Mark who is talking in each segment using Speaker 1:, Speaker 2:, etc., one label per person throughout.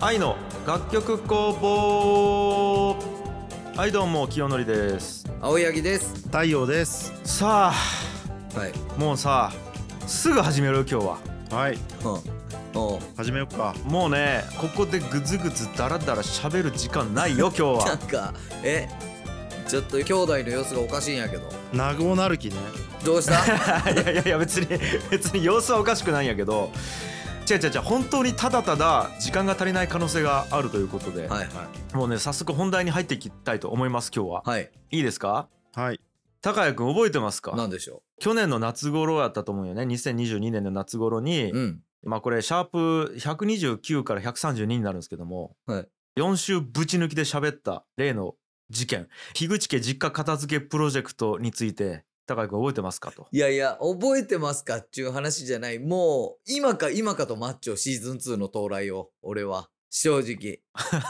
Speaker 1: 愛の楽曲工房はいどうも清則です
Speaker 2: 青柳です。
Speaker 3: 太陽です
Speaker 1: さ
Speaker 2: はい。
Speaker 1: あもうさすぐ始めるよ今日は
Speaker 3: はい
Speaker 2: うん。おう
Speaker 3: 始めよっか
Speaker 1: もうねここでぐずぐずダラダラ喋る時間ないよ今日
Speaker 2: な
Speaker 1: は
Speaker 2: んか、え、ちょっと兄弟の様子がおかしいんやけど。
Speaker 3: なごなるきね
Speaker 2: どう した
Speaker 1: いやいやいや別に 別に様子はおかしくないんやけど違う違う違う本当にただただ時間が足りない可能性があるということで、
Speaker 2: はいはい。
Speaker 1: もうね早速本題に入っていきたいと思います今日は、
Speaker 2: はい。
Speaker 1: い、いですか
Speaker 3: はい
Speaker 1: 高谷くん覚えてますか
Speaker 2: なんでしょ
Speaker 1: 去年の夏頃やったと思うよね2022年の夏頃に、
Speaker 2: う。うん。
Speaker 1: まあこれシャープ129から132になるんですけども、
Speaker 2: はい
Speaker 1: 4週ぶち抜きで喋った例の事件樋口家実家片付けプロジェクトについて高井君覚えてますか と
Speaker 2: いやいや、覚えてますかっていう話じゃない。もう、今か今かとマッチョシーズン2の到来を、俺は。正 直。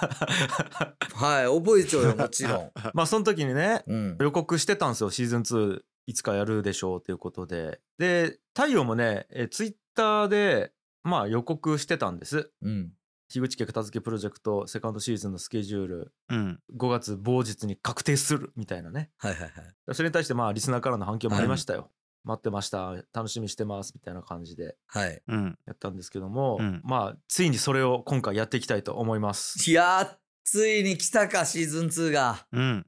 Speaker 2: はい、覚えちゃうよ、もちろん。
Speaker 1: まあその時にね
Speaker 2: うん。
Speaker 1: 予告してたんですよシーズン2いつかやるでしょうということでで太陽もねえツイッターでまあ予告してたんです
Speaker 2: うん。
Speaker 1: 樋口家片付けプロジェクトセカンドシーズンのスケジュール
Speaker 3: うん
Speaker 1: 5月某日に確定するみたいなね
Speaker 2: はいはいはい。
Speaker 1: それに対してまあリスナーからの反響もありましたよ、待ってました楽しみにしてますみたいな感じで
Speaker 2: はい。
Speaker 3: うん
Speaker 1: やったんですけども、
Speaker 3: うん
Speaker 1: まあついにそれを今回やっていきたいと思います
Speaker 2: いやー、ついに来たか、シーズン2が。
Speaker 3: うん、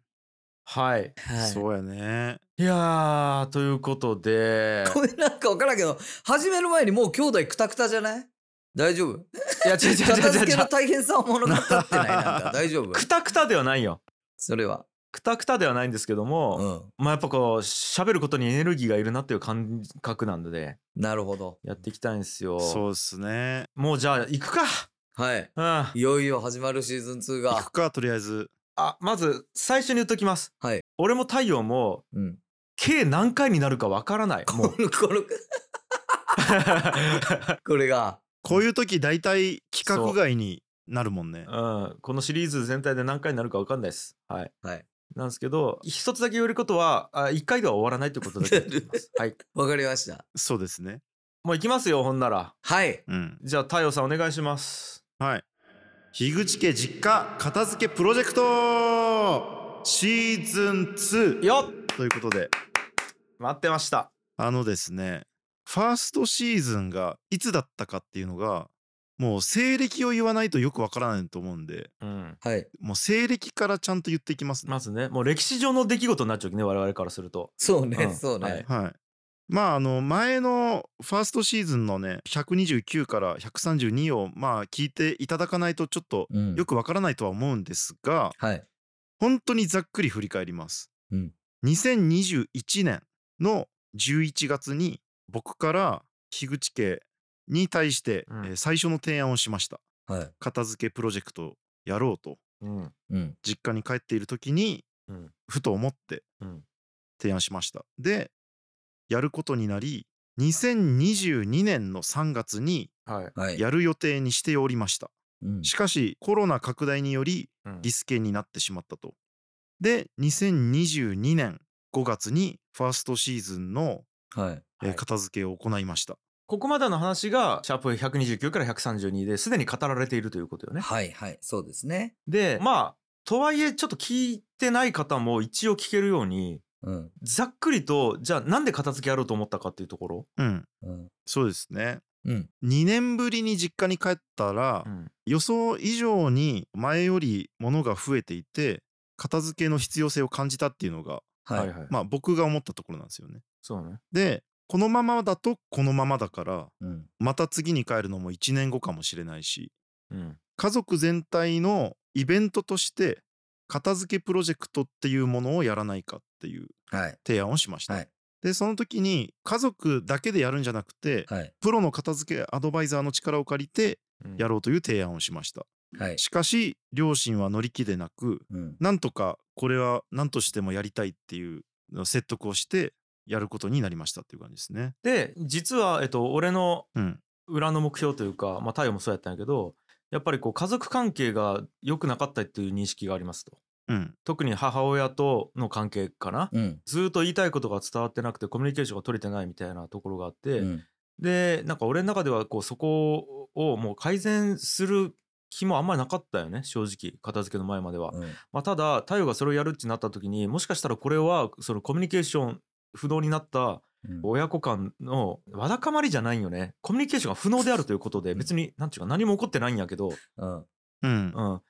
Speaker 1: はい
Speaker 2: はい。
Speaker 3: そうやね
Speaker 1: いやーということで
Speaker 2: これなんかわからんけど、始める前にもう兄弟クタクタじゃない大丈 夫
Speaker 1: いや違う違
Speaker 2: 片
Speaker 1: う違う
Speaker 2: 付
Speaker 1: 違う
Speaker 2: け
Speaker 1: 違
Speaker 2: の
Speaker 1: う
Speaker 2: 大変さを物語ってないなん か大丈夫
Speaker 1: くたくたではないよ
Speaker 2: それは。
Speaker 1: くたくたではないんですけど
Speaker 2: う
Speaker 1: も、
Speaker 2: ん。
Speaker 1: まあやっぱこう喋ることにエネルギーがいるなっていう感覚なので
Speaker 2: なるほど。
Speaker 1: やっていきたいんですよ
Speaker 3: そうっすね
Speaker 1: もうじゃあ行くか
Speaker 2: はい。
Speaker 1: うん
Speaker 2: いよいよ始まるシーズン2
Speaker 3: 行
Speaker 2: が
Speaker 3: く。かとりあえず
Speaker 1: あまず最初に言っときます、
Speaker 2: はい
Speaker 1: 俺も太陽も
Speaker 2: うん。
Speaker 1: 計何回になるかわからないもう
Speaker 2: この、これが。
Speaker 3: こういう時大体規格外になるもんね
Speaker 1: うん、このシリーズ全体で何回になるかわかんないです。はい。
Speaker 2: はい
Speaker 1: なんですけど、一つだけ言えることは、あ一回では終わらないということだけ言ってます。はい。
Speaker 2: わかりました。
Speaker 3: そうですね
Speaker 1: もう行きますよ、ほんなら。
Speaker 2: はい。
Speaker 3: うん
Speaker 1: じゃあ、太陽さんお願いします。
Speaker 3: はい樋口家実家片付けプロジェクトシーズン2
Speaker 1: よっ
Speaker 3: ということで
Speaker 1: 待ってました。
Speaker 3: あのですねファーストシーズンがいつだったかっていうのがもう西暦を言わないとよくわからないと思うんで
Speaker 1: うん。
Speaker 2: はい。
Speaker 3: もう西暦からちゃんと言っていきますね。
Speaker 1: まずね、もう歴史上の出来事になっちゃうけどね、我々からすると。
Speaker 2: そう
Speaker 1: う
Speaker 2: ね、
Speaker 1: ん
Speaker 2: そう
Speaker 1: は
Speaker 2: ね
Speaker 1: い。
Speaker 3: はい。まああの前のファーストシーズンのね129から132をまあ聞いていただかないとちょっと
Speaker 2: うん
Speaker 3: よくわからないとは思うんですが
Speaker 2: はい。
Speaker 3: 本当にざっくり振り返ります。
Speaker 2: うん
Speaker 3: 2021年の11月に僕から樋口家に対して、
Speaker 1: うん
Speaker 3: えー最初の提案をしました
Speaker 2: はい。
Speaker 3: 片付けプロジェクトをやろうと
Speaker 1: うん。
Speaker 2: うん。
Speaker 3: 実家に帰っている時に
Speaker 1: うん。
Speaker 3: ふと思って
Speaker 1: うん。
Speaker 3: 提案しましたでやることになり2022年の3月に
Speaker 1: はい。
Speaker 2: はい。
Speaker 3: やる予定にしておりました
Speaker 2: うん
Speaker 3: しかしコロナ拡大により
Speaker 1: うん
Speaker 3: リスケになってしまったとで2022年5月にファーストシーズンの
Speaker 2: はい。
Speaker 3: えー
Speaker 1: はい
Speaker 3: 片付けを行いました、
Speaker 1: ここまでの話が、シャープ129から132ですでに語られているということよね。
Speaker 2: はい。はい。そうですね。
Speaker 1: で、まあ、とはいえ、ちょっと聞いてない方も一応聞けるように、
Speaker 2: うん。
Speaker 1: ざっくりとじゃあなんで片付けやろうと思ったかっていうところ、
Speaker 3: うん
Speaker 2: うん。
Speaker 3: そうですね
Speaker 2: うん。
Speaker 3: 2年ぶりに実家に帰ったら、
Speaker 1: うん
Speaker 3: 予想以上に前より物が増えていて片付けの必要性を感じたっていうのが、
Speaker 2: はい。
Speaker 1: はい
Speaker 3: まあ僕が思ったところなんですよね。
Speaker 1: そうね
Speaker 3: でこのままだとこのままだから
Speaker 2: うん。
Speaker 3: また次に帰るのも1年後かもしれないし
Speaker 1: うん
Speaker 3: 家族全体のイベントとして片付けプロジェクトっていうものをやらないかっていう
Speaker 2: はい。
Speaker 3: 提案をしました。
Speaker 2: はい
Speaker 3: でその時に家族だけでやるんじゃなくて
Speaker 2: はい。
Speaker 3: プロの片付けアドバイザーの力を借りて
Speaker 1: うん
Speaker 3: やろうという提案をしました。
Speaker 2: はい。
Speaker 3: しかし両親は乗り気でなく
Speaker 2: うん。
Speaker 3: なんとかこれは何としてもやりたいっていうのを説得をしてやることになりましたっていう感じですね。
Speaker 1: で実は、えっと、俺の
Speaker 3: うん、
Speaker 1: 裏の目標というか、まあ、太陽もそうやったんやけどやっぱりこう家族関係が良くなかったっていう認識がありますと
Speaker 3: うん、
Speaker 1: 特に母親との関係かな、
Speaker 2: うん。
Speaker 1: ずーっと言いたいことが伝わってなくてコミュニケーションが取れてないみたいなところがあって、
Speaker 2: うん。
Speaker 1: でなんか俺の中ではこうそこをもう改善する気もあんまりなかったよね正直片付けの前までは、
Speaker 2: うん
Speaker 1: まあ、ただ太陽がそれをやるってなった時にもしかしたらこれはそのコミュニケーション不能になった親子間のわだかまりじゃないんよねコミュニケーションが不能であるということで
Speaker 2: うん
Speaker 1: 別に何ていうか何も起こってないんやけど、
Speaker 2: うん
Speaker 3: うん
Speaker 1: うん、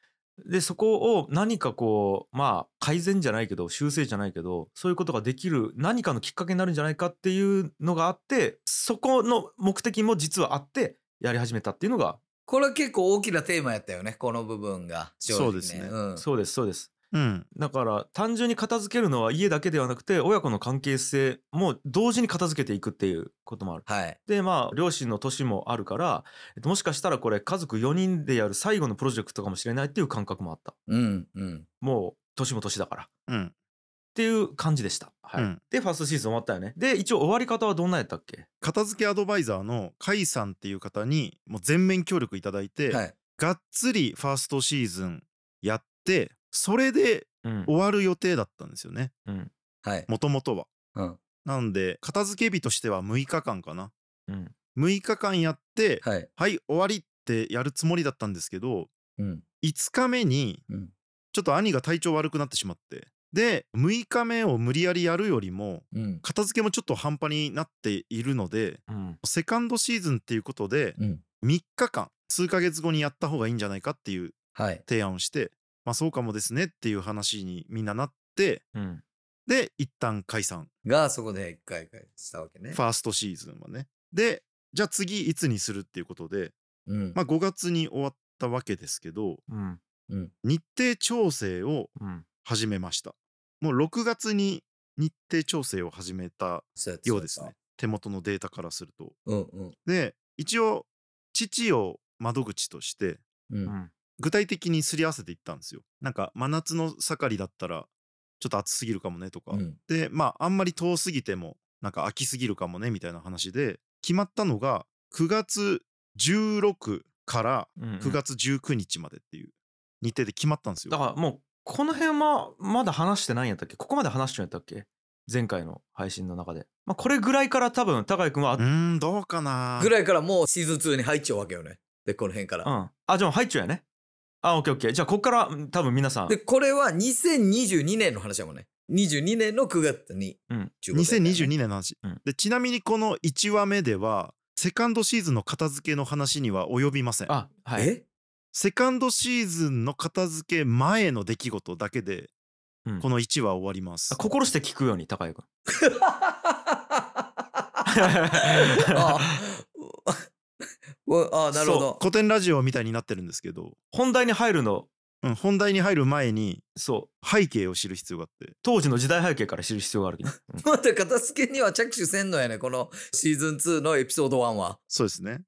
Speaker 1: でそこを何かこうまあ改善じゃないけど修正じゃないけどそういうことができる何かのきっかけになるんじゃないかっていうのがあってそこの目的も実はあってやり始めたっていうのが、
Speaker 2: これ結構大きなテーマやったよねこの部分が正直ね
Speaker 3: そうですね
Speaker 2: うん
Speaker 1: そうですそうです
Speaker 3: うん
Speaker 1: だから単純に片付けるのは家だけではなくて親子の関係性も同時に片付けていくっていうこともある。
Speaker 2: はい
Speaker 1: でまあ両親の年もあるから、えっと、もしかしたらこれ家族4人でやる最後のプロジェクトかもしれないっていう感覚もあった。
Speaker 2: うんうん
Speaker 1: もう年も年だからっ
Speaker 3: うん
Speaker 1: ていう感じでした。はい
Speaker 3: うん
Speaker 1: でファーストシーズン終わったよね。で一応終わり方はどんなやったっけ
Speaker 3: 片付けアドバイザーの甲斐さんっていう方にもう全面協力いただいて、
Speaker 2: はい
Speaker 3: がっつりファーストシーズンやってそれで
Speaker 1: うん
Speaker 3: 終わる予定だったんですよね
Speaker 1: うん
Speaker 2: はい
Speaker 3: もともとは。
Speaker 2: うん
Speaker 3: なんで片付け日としては6日間かな
Speaker 1: うん
Speaker 3: 6日間やって
Speaker 2: はい
Speaker 3: はい終わりってやるつもりだったんですけど
Speaker 2: うん
Speaker 3: 5日目に
Speaker 2: うん
Speaker 3: ちょっと兄が体調悪くなってしまってで6日目を無理やりやるよりも
Speaker 2: うん
Speaker 3: 片付けもちょっと半端になっているので
Speaker 1: うん
Speaker 3: セカンドシーズンっていうことで
Speaker 2: うん
Speaker 3: 3日間数ヶ月後にやった方がいいんじゃないかっていう
Speaker 2: はい
Speaker 3: 提案をしてまあそうかもですねっていう話にみんななって
Speaker 1: うん
Speaker 3: で一旦解散
Speaker 2: がそこで一回一回したわけね
Speaker 3: ファーストシーズンはねでじゃあ次いつにするっていうことで、
Speaker 2: うん
Speaker 3: まあ、5月に終わったわけですけど
Speaker 1: うん
Speaker 3: 日程調整を
Speaker 1: うん
Speaker 3: 始めましたもう6月に日程調整を始めた
Speaker 2: そうやった
Speaker 3: ようですね手元のデータからすると
Speaker 2: そうやったうん
Speaker 3: で一応父を窓口として
Speaker 2: うん
Speaker 1: う
Speaker 2: うん
Speaker 1: ん
Speaker 3: 具体的にすり合わせていったんですよなんか真夏の盛りだったらちょっと暑すぎるかもねとか、
Speaker 2: うん
Speaker 3: でまああんまり遠すぎてもなんか飽きすぎるかもねみたいな話で決まったのが9月16から
Speaker 1: うん
Speaker 3: 9月19日までっていう日程で決まったんですよ。
Speaker 1: だからもうこの辺はまだ話してないんやったっけここまで話してんやったっけ前回の配信の中で、まあ、これぐらいから多分高井君はあ
Speaker 3: うーんどうかな
Speaker 2: ぐらいからもうシーズン2に入っちゃうわけよねでこの辺から、
Speaker 1: うんあじゃあ入っちゃうやねあオッケーオッケーじゃあこっからうん多分皆さん
Speaker 2: でこれは2022年の話だもんね22年の9月に、
Speaker 1: うん
Speaker 3: 2022
Speaker 2: 年
Speaker 3: 年の話、
Speaker 1: うん
Speaker 3: でちなみにこの1話目ではセカンドシーズンの片付けの話には及びません
Speaker 1: あはい
Speaker 2: え
Speaker 3: セカンドシーズンの片付け前の出来事だけで
Speaker 1: うん
Speaker 3: この1話終わります
Speaker 1: あ、心して聞くように高井君
Speaker 2: あわ あなるほ
Speaker 3: そう
Speaker 2: ど
Speaker 3: 古典ラジオみたいになってるんですけど、
Speaker 1: 本題に入るの
Speaker 3: うん、本題に入る前に
Speaker 1: そう
Speaker 3: 背景を知る必要があって
Speaker 1: 当時の時代背景から知る必要があるけどね、 うん
Speaker 2: また片付けには着手せんのやねこのシーズン2のエピソード1は
Speaker 3: そうですね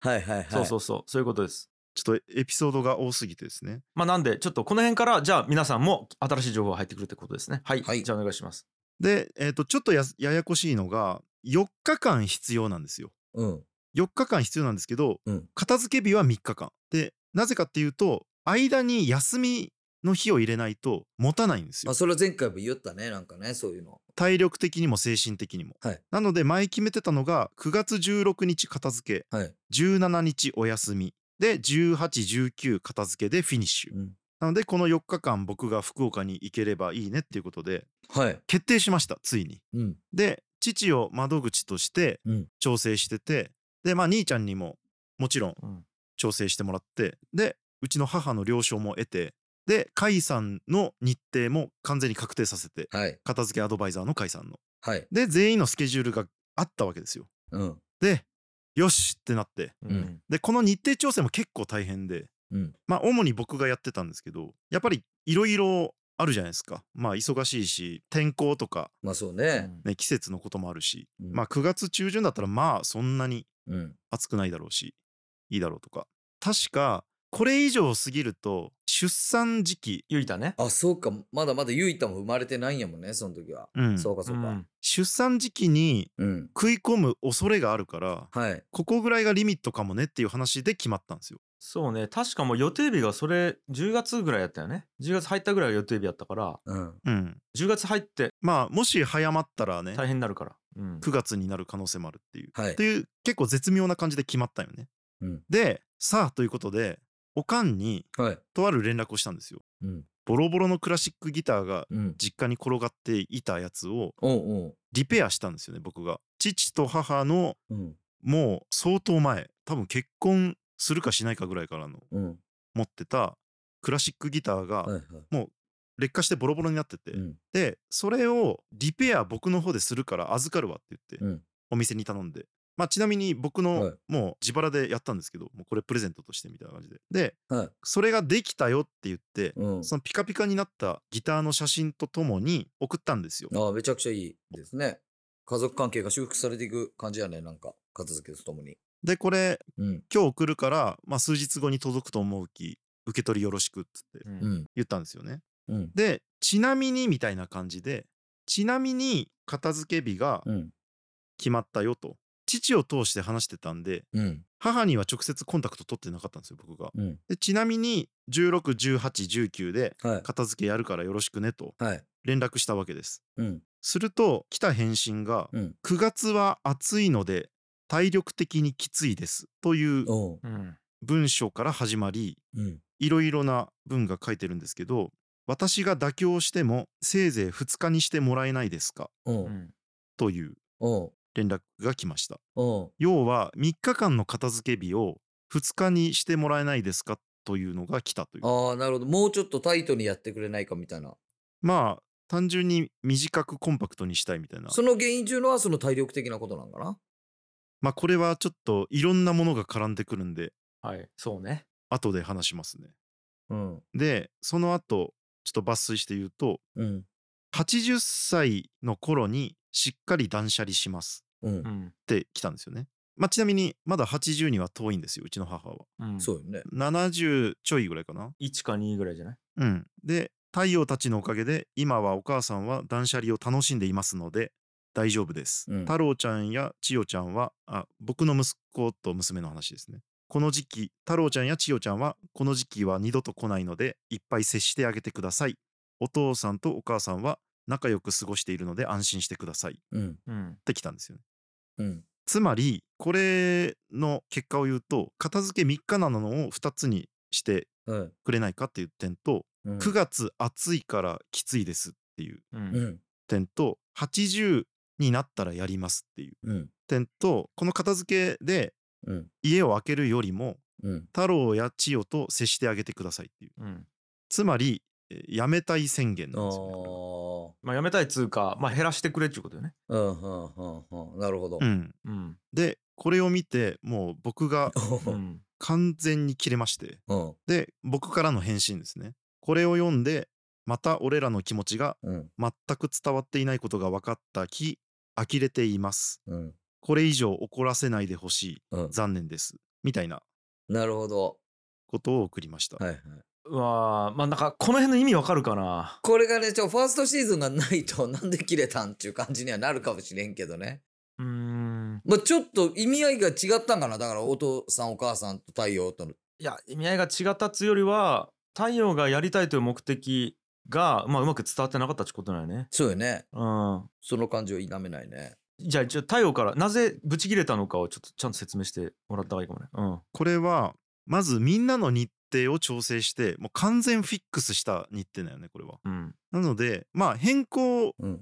Speaker 2: はいはいはい
Speaker 1: そうそうそうそういうことです
Speaker 3: ちょっとエピソードが多すぎてですね
Speaker 1: まあなんでちょっとこの辺からじゃあ皆さんも新しい情報が入ってくるってことですねはい、
Speaker 2: はい
Speaker 1: じゃあお願いします
Speaker 3: で、えー、とちょっとやややこしいのが4日間必要なんですよ
Speaker 2: うん
Speaker 3: 4日間必要なんですけど、
Speaker 2: うん
Speaker 3: 片付け日は3日間でなぜかっていうと間に休みの日を入れないと持たないんですよ
Speaker 2: あそれは前回も言ったねなんかねそういうの
Speaker 3: 体力的にも精神的にも、
Speaker 2: はい
Speaker 3: なので前決めてたのが9月16日片付け、
Speaker 2: はい
Speaker 3: 17日お休みで1819片付けでフィニッシュ、
Speaker 2: うん
Speaker 3: なのでこの4日間僕が福岡に行ければいいねっていうことで
Speaker 2: はい
Speaker 3: 決定しましたついに
Speaker 2: うん
Speaker 3: で父を窓口として
Speaker 2: うん
Speaker 3: 調整してて、でまあ兄ちゃんにももちろん
Speaker 1: うん
Speaker 3: 調整してもらってでうちの母の了承も得てで甲斐さんの日程も完全に確定させて
Speaker 2: はい
Speaker 3: 片付けアドバイザーの甲斐さんの
Speaker 2: はい
Speaker 3: で全員のスケジュールがあったわけですよ
Speaker 2: うん
Speaker 3: でよしってなって
Speaker 1: うん
Speaker 3: でこの日程調整も結構大変で、
Speaker 2: うん
Speaker 3: まあ主に僕がやってたんですけどやっぱりいろいろあるじゃないですかまあ忙しいし天候とか、
Speaker 2: まあそう
Speaker 1: う
Speaker 2: ね、
Speaker 1: ん
Speaker 3: ね、季節のこともあるし、
Speaker 2: うん、
Speaker 3: まあ9月中旬だったらまあそんなに
Speaker 2: うん
Speaker 3: 暑くないだろうしいいだろうとか確かこれ以上過ぎると出産時期、
Speaker 1: ゆいたね
Speaker 2: あそうかまだまだゆいたも生まれてないんやもんねその時は、
Speaker 3: うん
Speaker 2: そうかそう
Speaker 1: う
Speaker 2: か
Speaker 1: ん
Speaker 3: 出産時期に
Speaker 2: うん、
Speaker 3: 食い込む恐れがあるから
Speaker 2: はい
Speaker 3: ここぐらいがリミットかもねっていう話で決まったんですよ。
Speaker 1: そうね確かもう予定日がそれ10月ぐらいやったよね10月入ったぐらいが予定日やったから
Speaker 2: うん
Speaker 3: うん、
Speaker 1: 10月入って
Speaker 3: まあもし早まったらね
Speaker 1: 大変になるから、うん
Speaker 3: 9月になる可能性もあるっていう。
Speaker 2: は
Speaker 3: っ
Speaker 2: い
Speaker 3: ていう結構絶妙な感じで決まったよね。
Speaker 2: うん
Speaker 3: でさあということでおかんに
Speaker 2: はい。
Speaker 3: とある連絡をしたんですよ
Speaker 2: うん。
Speaker 3: ボロボロのクラシックギターが
Speaker 2: うん。
Speaker 3: 実家に転がっていたやつを
Speaker 2: おう
Speaker 3: リペアしたんですよね僕が父と母の
Speaker 2: おう。うん。
Speaker 3: もう相当前多分結婚するかしないかぐらいからの
Speaker 2: うん。
Speaker 3: 持ってたクラシックギター
Speaker 2: はい
Speaker 3: が
Speaker 2: はい。
Speaker 3: 劣化してボロボロになってて、
Speaker 2: うん。
Speaker 3: でそれをリペア僕の方でするから預かるわって言って、
Speaker 2: うん
Speaker 3: お店に頼んで、まあ、ちなみに僕
Speaker 2: はい
Speaker 3: のもう自腹でやったんですけどもうこれプレゼントとしてみたいな感じでで
Speaker 2: はい。
Speaker 3: それができたよって言って、
Speaker 2: うん。
Speaker 3: そのピカピカになったギターの写真とともに送ったんですよ。
Speaker 2: ああ、めちゃくちゃいいですね。家族関係が修復されていく感じやね、なんか、片付けとともに。
Speaker 3: でこれ
Speaker 2: うん。
Speaker 3: 今日送るから、まあ、数日後に届くと思うき受け取りよろしくっつって
Speaker 1: うん
Speaker 2: うん。
Speaker 3: 言ったんですよね。
Speaker 2: うん。
Speaker 3: でちなみにみたいな感じでちなみに片付け日が
Speaker 2: うん。
Speaker 3: 決まったよと父を通して話してたんで
Speaker 2: うん。
Speaker 3: 母には直接コンタクト取ってなかったんですよ僕が
Speaker 2: うん。
Speaker 3: でちなみに161819で
Speaker 2: はい。
Speaker 3: 片付けやるからよろしくねと
Speaker 2: はい。
Speaker 3: 連絡したわけです
Speaker 2: うん。
Speaker 3: すると来た返信が
Speaker 2: うん。
Speaker 3: 「9月は暑いので体力的にきついです」という
Speaker 2: おう。
Speaker 1: うん
Speaker 3: 文章から始まり
Speaker 2: うん。
Speaker 3: いろいろな文が書いてるんですけど私が妥協してもせいぜい2日にしてもらえないですか
Speaker 1: う
Speaker 2: おう。
Speaker 1: ん
Speaker 3: という
Speaker 2: おう。
Speaker 3: 連絡が来ました
Speaker 2: おう。
Speaker 3: 要は3日間の片付け日を2日にしてもらえないですかというのが来たという
Speaker 2: ああ、なるほど。もうちょっとタイトにやってくれないかみたいな。
Speaker 3: まあ単純に短くコンパクトにしたいみたいな
Speaker 2: その原因中のはその体力的なことなんかな。
Speaker 3: まあこれはちょっといろんなものが絡んでくるんで
Speaker 1: はいそうね
Speaker 3: 後で話しますね
Speaker 2: うん。
Speaker 3: でその後ちょっと抜粋して言うと
Speaker 2: うん。
Speaker 3: 80歳の頃にしっかり断捨離します
Speaker 2: うん
Speaker 1: う。ん
Speaker 3: って来たんですよねまあちなみにまだ80には遠いんですようちの母は
Speaker 1: うん
Speaker 2: そうよね。
Speaker 3: 70ちょいぐらいかな
Speaker 1: 1か2ぐらいじゃない
Speaker 3: うん、で太陽たちのおかげで今はお母さんは断捨離を楽しんでいますので大丈夫です、
Speaker 2: うん
Speaker 3: 太郎ちゃんや千代ちゃんはあ僕の息子と娘の話ですねこの時期太郎ちゃんや千代ちゃんはこの時期は二度と来ないのでいっぱい接してあげてくださいお父さんとお母さんは仲良く過ごしているので安心してくださいっ
Speaker 2: うん。
Speaker 1: うん
Speaker 3: てきたんですよね
Speaker 2: うん。
Speaker 3: つまりこれの結果を言うと片付け3日なのを2つにして
Speaker 2: はい。
Speaker 3: くれないかっていう点と
Speaker 2: うん
Speaker 3: 9月暑いからきついですっていう
Speaker 1: う
Speaker 2: うんん。
Speaker 3: 点と80になったらやりますっていう
Speaker 2: うん。
Speaker 3: 点とこの片付けで
Speaker 2: うん。
Speaker 3: 家を開けるよりも
Speaker 2: うん。
Speaker 3: 太郎や千代と接してあげてくださいっていう
Speaker 1: うん
Speaker 3: つまりえーやめたい宣言
Speaker 2: あ
Speaker 3: なんですよねこ
Speaker 2: あ。
Speaker 1: まあやめたいっつうかまあ減らしてくれっちゅうことよね
Speaker 2: うんうんうんうんなるほど。
Speaker 3: れはうん
Speaker 1: うん
Speaker 3: でこれを見てもう僕が
Speaker 1: う
Speaker 2: うん
Speaker 1: ん
Speaker 3: 完全に切れまして
Speaker 2: うん
Speaker 3: で僕からの返信ですねこれを読んでまた俺らの気持ちが
Speaker 2: うん
Speaker 3: 全く伝わっていないことが分かったき呆れています
Speaker 2: うん
Speaker 3: これ以上怒らせないでほしい
Speaker 2: うん
Speaker 3: 残念ですみたいな
Speaker 2: なるほど。
Speaker 3: ことを送りました、
Speaker 2: はいはい。
Speaker 1: うわーまあなんかこの辺の意味わかるかな
Speaker 2: これがね、ちょ、ファーストシーズンがないと なんで切れたんっていう感じにはなるかもしれんけどね。
Speaker 1: うーん
Speaker 2: まあちょっと意味合いが違ったんかな。だからお父さんお母さんと太陽との。
Speaker 1: いや意味合いが違ったっつうよりは太陽がやりたいという目的が、まあ、うまく伝わってなかったっちゅうことなんよね。
Speaker 2: そうよね。
Speaker 1: うん、
Speaker 2: その感じを否めないね。
Speaker 1: じゃあちょ太陽からなぜブチ切れたのかをちょっとちゃんと説明してもらった方がいいかもね。うん
Speaker 3: これはまずみんなの日程を調整してもう完全フィックスした日程だよねこれは
Speaker 1: うん
Speaker 3: なのでまあ変更を
Speaker 2: うん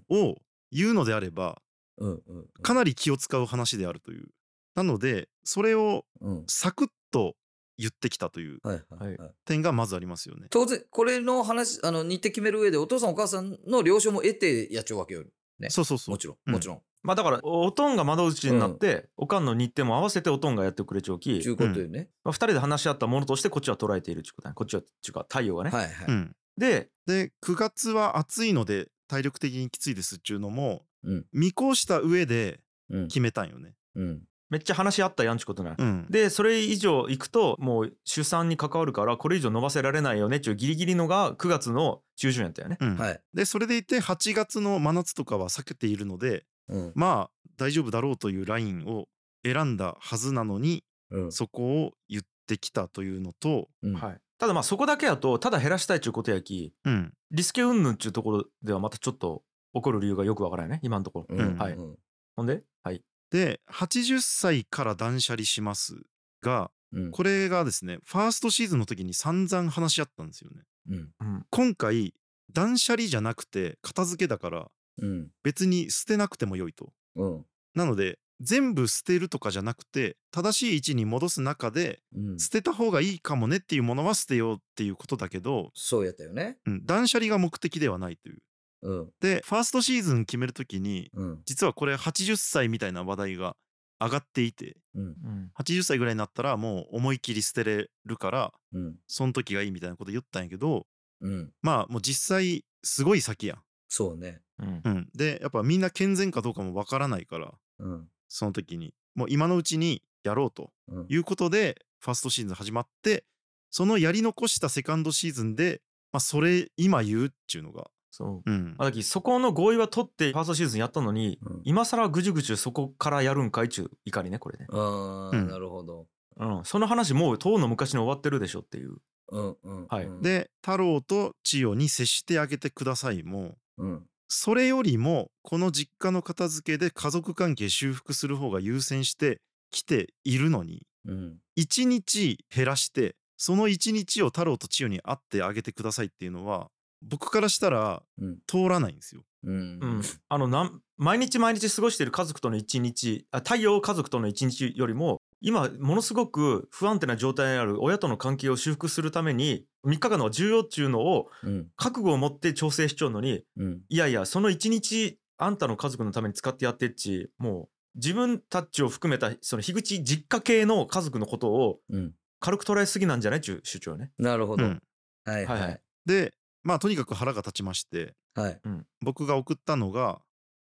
Speaker 3: 言うのであれば
Speaker 2: うんうん
Speaker 3: かなり気を使う話であるというなのでそれを
Speaker 2: うん。
Speaker 3: サクッと言ってきたという
Speaker 2: はいはいはい。
Speaker 3: 点がまずありますよね
Speaker 2: 当然、これの話、あの、日程決める上でお父さんお母さんの了承も得てやっちゃうわけよ。ね
Speaker 3: そうそうそう
Speaker 2: もちろ。
Speaker 3: うんん
Speaker 2: もちろん。
Speaker 1: まあ、だからおおとんが窓口になって、おかんの日程も合わせておとんがやってくれちょうき
Speaker 2: ちゅ、うことよね。
Speaker 1: まあ、2人で話し合ったものとしてこっちは捉えているっちゅうことねこっちはっちゅうか太陽がね。
Speaker 2: はいはい。
Speaker 3: うん
Speaker 1: で
Speaker 3: で9月は暑いので体力的にきついですっていうのも
Speaker 2: うん
Speaker 3: 見越した上で
Speaker 2: うん
Speaker 3: 決めたんよね
Speaker 2: うん
Speaker 1: めっちゃ話し合ったやんちゅうことなんよ
Speaker 3: うん
Speaker 1: でそれ以上いくともう出産に関わるからこれ以上伸ばせられないよねっちゅうギリギリのが9月の中旬やったよね。
Speaker 3: うん
Speaker 2: はい。
Speaker 3: でそれでいて8月の真夏とかは避けているので
Speaker 2: うん。
Speaker 3: まあ大丈夫だろうというラインを選んだはずなのに
Speaker 2: うん
Speaker 3: そこを言ってきたというのと、
Speaker 2: うん
Speaker 1: はい、ただまあそこだけやとただ減らしたいっちゅうことやき
Speaker 3: うん、
Speaker 1: リスケ云々っちゅうところではまたちょっと起こる理由がよくわからないね今のところ。
Speaker 2: うん
Speaker 3: うん
Speaker 1: はい
Speaker 2: うん
Speaker 1: ほんではい。
Speaker 3: で80歳から断捨離しますが
Speaker 2: うん
Speaker 3: これがですねファーストシーズンの時に散々話し合ったんですよね
Speaker 2: うん
Speaker 1: うん
Speaker 3: 今回断捨離じゃなくて片付けだから
Speaker 2: うん
Speaker 3: 別に捨てなくても良いと
Speaker 2: うん
Speaker 3: なので全部捨てるとかじゃなくて正しい位置に戻す中で
Speaker 2: うん
Speaker 3: 捨てた方がいいかもねっていうものは捨てようっていうことだけど、
Speaker 2: そうやったよね
Speaker 3: うん、断捨離が目的ではないという
Speaker 2: うん
Speaker 3: でファーストシーズン決める時に
Speaker 2: うん
Speaker 3: 実はこれ80歳みたいな話題が上がっていて
Speaker 2: うん
Speaker 1: うん
Speaker 3: 80歳ぐらいになったらもう思い切り捨てれるから
Speaker 2: うん
Speaker 3: その時がいいみたいなこと言ったんやけど
Speaker 2: うん
Speaker 3: まあもう実際すごい先やん。
Speaker 2: そうね
Speaker 1: うん
Speaker 3: うん、でやっぱみんな健全かどうかもわからないから
Speaker 2: うん
Speaker 3: その時にもう今のうちにやろうと
Speaker 2: うん
Speaker 3: いうことでファーストシーズン始まってそのやり残したセカンドシーズンで、まあ、それ今言うっていうのが、
Speaker 1: そう
Speaker 3: うん
Speaker 1: まあだきそこの合意は取ってファーストシーズンやったのに
Speaker 2: うん
Speaker 1: 今更ぐじゅぐじゅそこからやるんかいっちゅう怒りねこれね、
Speaker 2: あ
Speaker 3: う
Speaker 2: ー
Speaker 3: ん
Speaker 2: なるほど
Speaker 1: うん、その話もうとうの昔に終わってるでしょっていう
Speaker 2: うんうん
Speaker 1: はい
Speaker 2: うん
Speaker 3: で太郎と千代に接してあげてくださいも
Speaker 2: うん
Speaker 3: それよりもこの実家の片付けで家族関係修復する方が優先してきているのに
Speaker 2: うん
Speaker 3: 1日減らしてその1日を太郎と千代に会ってあげてくださいっていうのは僕からしたら
Speaker 2: うん
Speaker 3: 通らないんですよ。
Speaker 2: うん
Speaker 1: うん、あのなん毎日毎日過ごしている家族との一日あ太陽家族との一日よりも今ものすごく不安定な状態にある親との関係を修復するために3日間の重要っちゅうのを
Speaker 2: うん
Speaker 1: 覚悟を持って調整しちゃうのに
Speaker 2: うん
Speaker 1: いやいやその一日あんたの家族のために使ってやってっちもう自分たちを含めたその樋口実家系の家族のことを
Speaker 2: うん
Speaker 1: 軽く捉えすぎなんじゃないっちゅう主張ね。
Speaker 2: なるほど
Speaker 3: う
Speaker 2: は
Speaker 3: ん
Speaker 2: いは
Speaker 1: はいはいい
Speaker 3: でまあとにかく腹が立ちまして
Speaker 2: はい
Speaker 3: 僕が送ったのが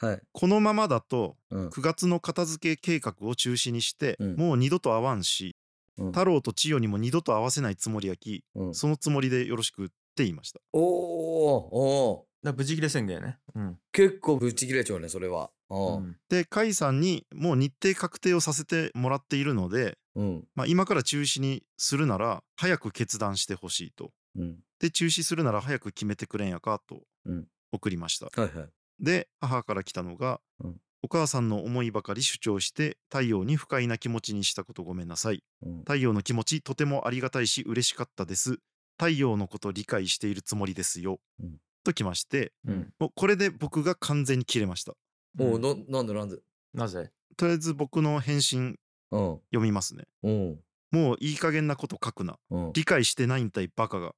Speaker 2: はい
Speaker 3: このままだと
Speaker 2: うん
Speaker 3: 9月の片付け計画を中止にして、
Speaker 2: うん
Speaker 3: もう二度と会わんし、
Speaker 2: うん
Speaker 3: 太郎と千代にも二度と会わせないつもりやき
Speaker 2: うん
Speaker 3: そのつもりでよろしくって言いました
Speaker 2: おーおー
Speaker 1: だから無事切れ宣言ね。うん。
Speaker 2: 結構ぶち切れちゃうねそれは
Speaker 1: う
Speaker 2: うん
Speaker 1: ん
Speaker 3: で甲斐さんにもう日程確定をさせてもらっているので、
Speaker 2: うん
Speaker 3: まあ、今から中止にするなら早く決断してほしいと
Speaker 2: うん
Speaker 3: で中止するなら早く決めてくれんやかと
Speaker 2: うん
Speaker 3: 送りました、
Speaker 2: はいはい
Speaker 3: で母から来たのが、
Speaker 2: うん
Speaker 3: お母さんの思いばかり主張して太陽に不快な気持ちにしたことごめんなさい
Speaker 2: うん
Speaker 3: 太陽の気持ちとてもありがたいし嬉しかったです太陽のこと理解しているつもりですよ、
Speaker 2: うん
Speaker 3: ときまして
Speaker 1: うん
Speaker 3: もうこれで僕が完全に切れました
Speaker 2: おうななんでなんで
Speaker 1: なぜ
Speaker 3: とりあえず僕の返信
Speaker 2: うん
Speaker 3: 読みますね
Speaker 2: うん
Speaker 3: もういい加減なこと書くな
Speaker 2: うん
Speaker 3: 理解してないんだい バカがっ